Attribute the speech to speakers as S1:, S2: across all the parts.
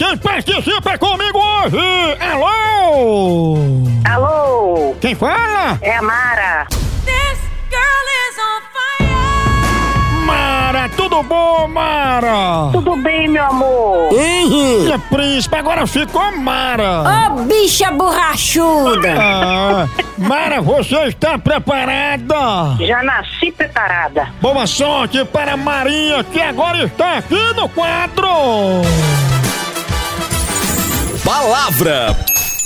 S1: é participa comigo hoje! Alô!
S2: Alô,
S1: Quem fala?
S2: é a Mara.
S3: This girl is on fire.
S1: Mara, tudo bom, Mara?
S2: Tudo bem, meu amor?
S1: Minha príncipe, agora ficou Mara!
S3: Ô bicha borrachuda!
S1: Ah, Mara, você está preparada?
S2: Já nasci preparada.
S1: Boa sorte para Maria, que agora está aqui no quadro!
S4: Palavra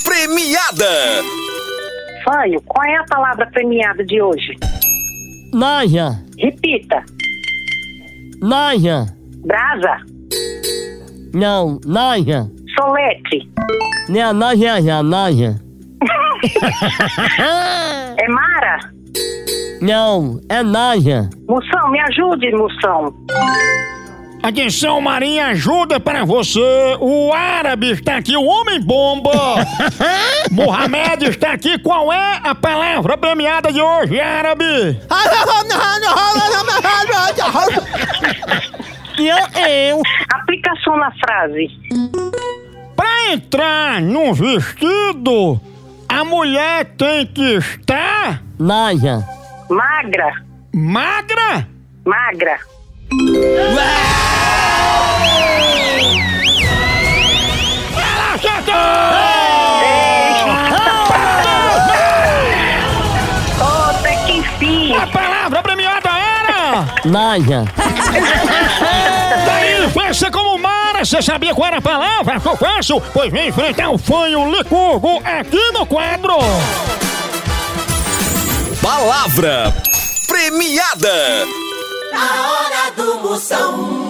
S4: premiada.
S2: Fanho, qual é a palavra premiada de hoje?
S1: Naja,
S2: Repita.
S1: Naja,
S2: Brasa.
S1: não, Naja,
S2: Solete.
S1: nem a Naja, a Naja.
S2: É Mara?
S1: Não, é Naja.
S2: Moção, me ajude, Moção.
S1: Atenção, Marinha, ajuda para você. O árabe está aqui, o homem bomba. Mohamed está aqui. Qual é a palavra premiada de hoje, árabe? eu, eu.
S2: Aplicação na frase.
S1: Pra entrar num vestido, a mulher tem que estar
S5: Naja.
S2: Magra.
S1: magra?
S2: Magra.
S1: Ela acertou!
S2: Oh, até que enfim.
S1: A palavra premiada era...
S5: Naja.
S1: Daí infância como Mara, você sabia qual era a palavra? Que eu faço? Pois vem enfrentar o fanho Licurgo aqui no quadro.
S4: Palavra premiada.
S3: A hora do moção.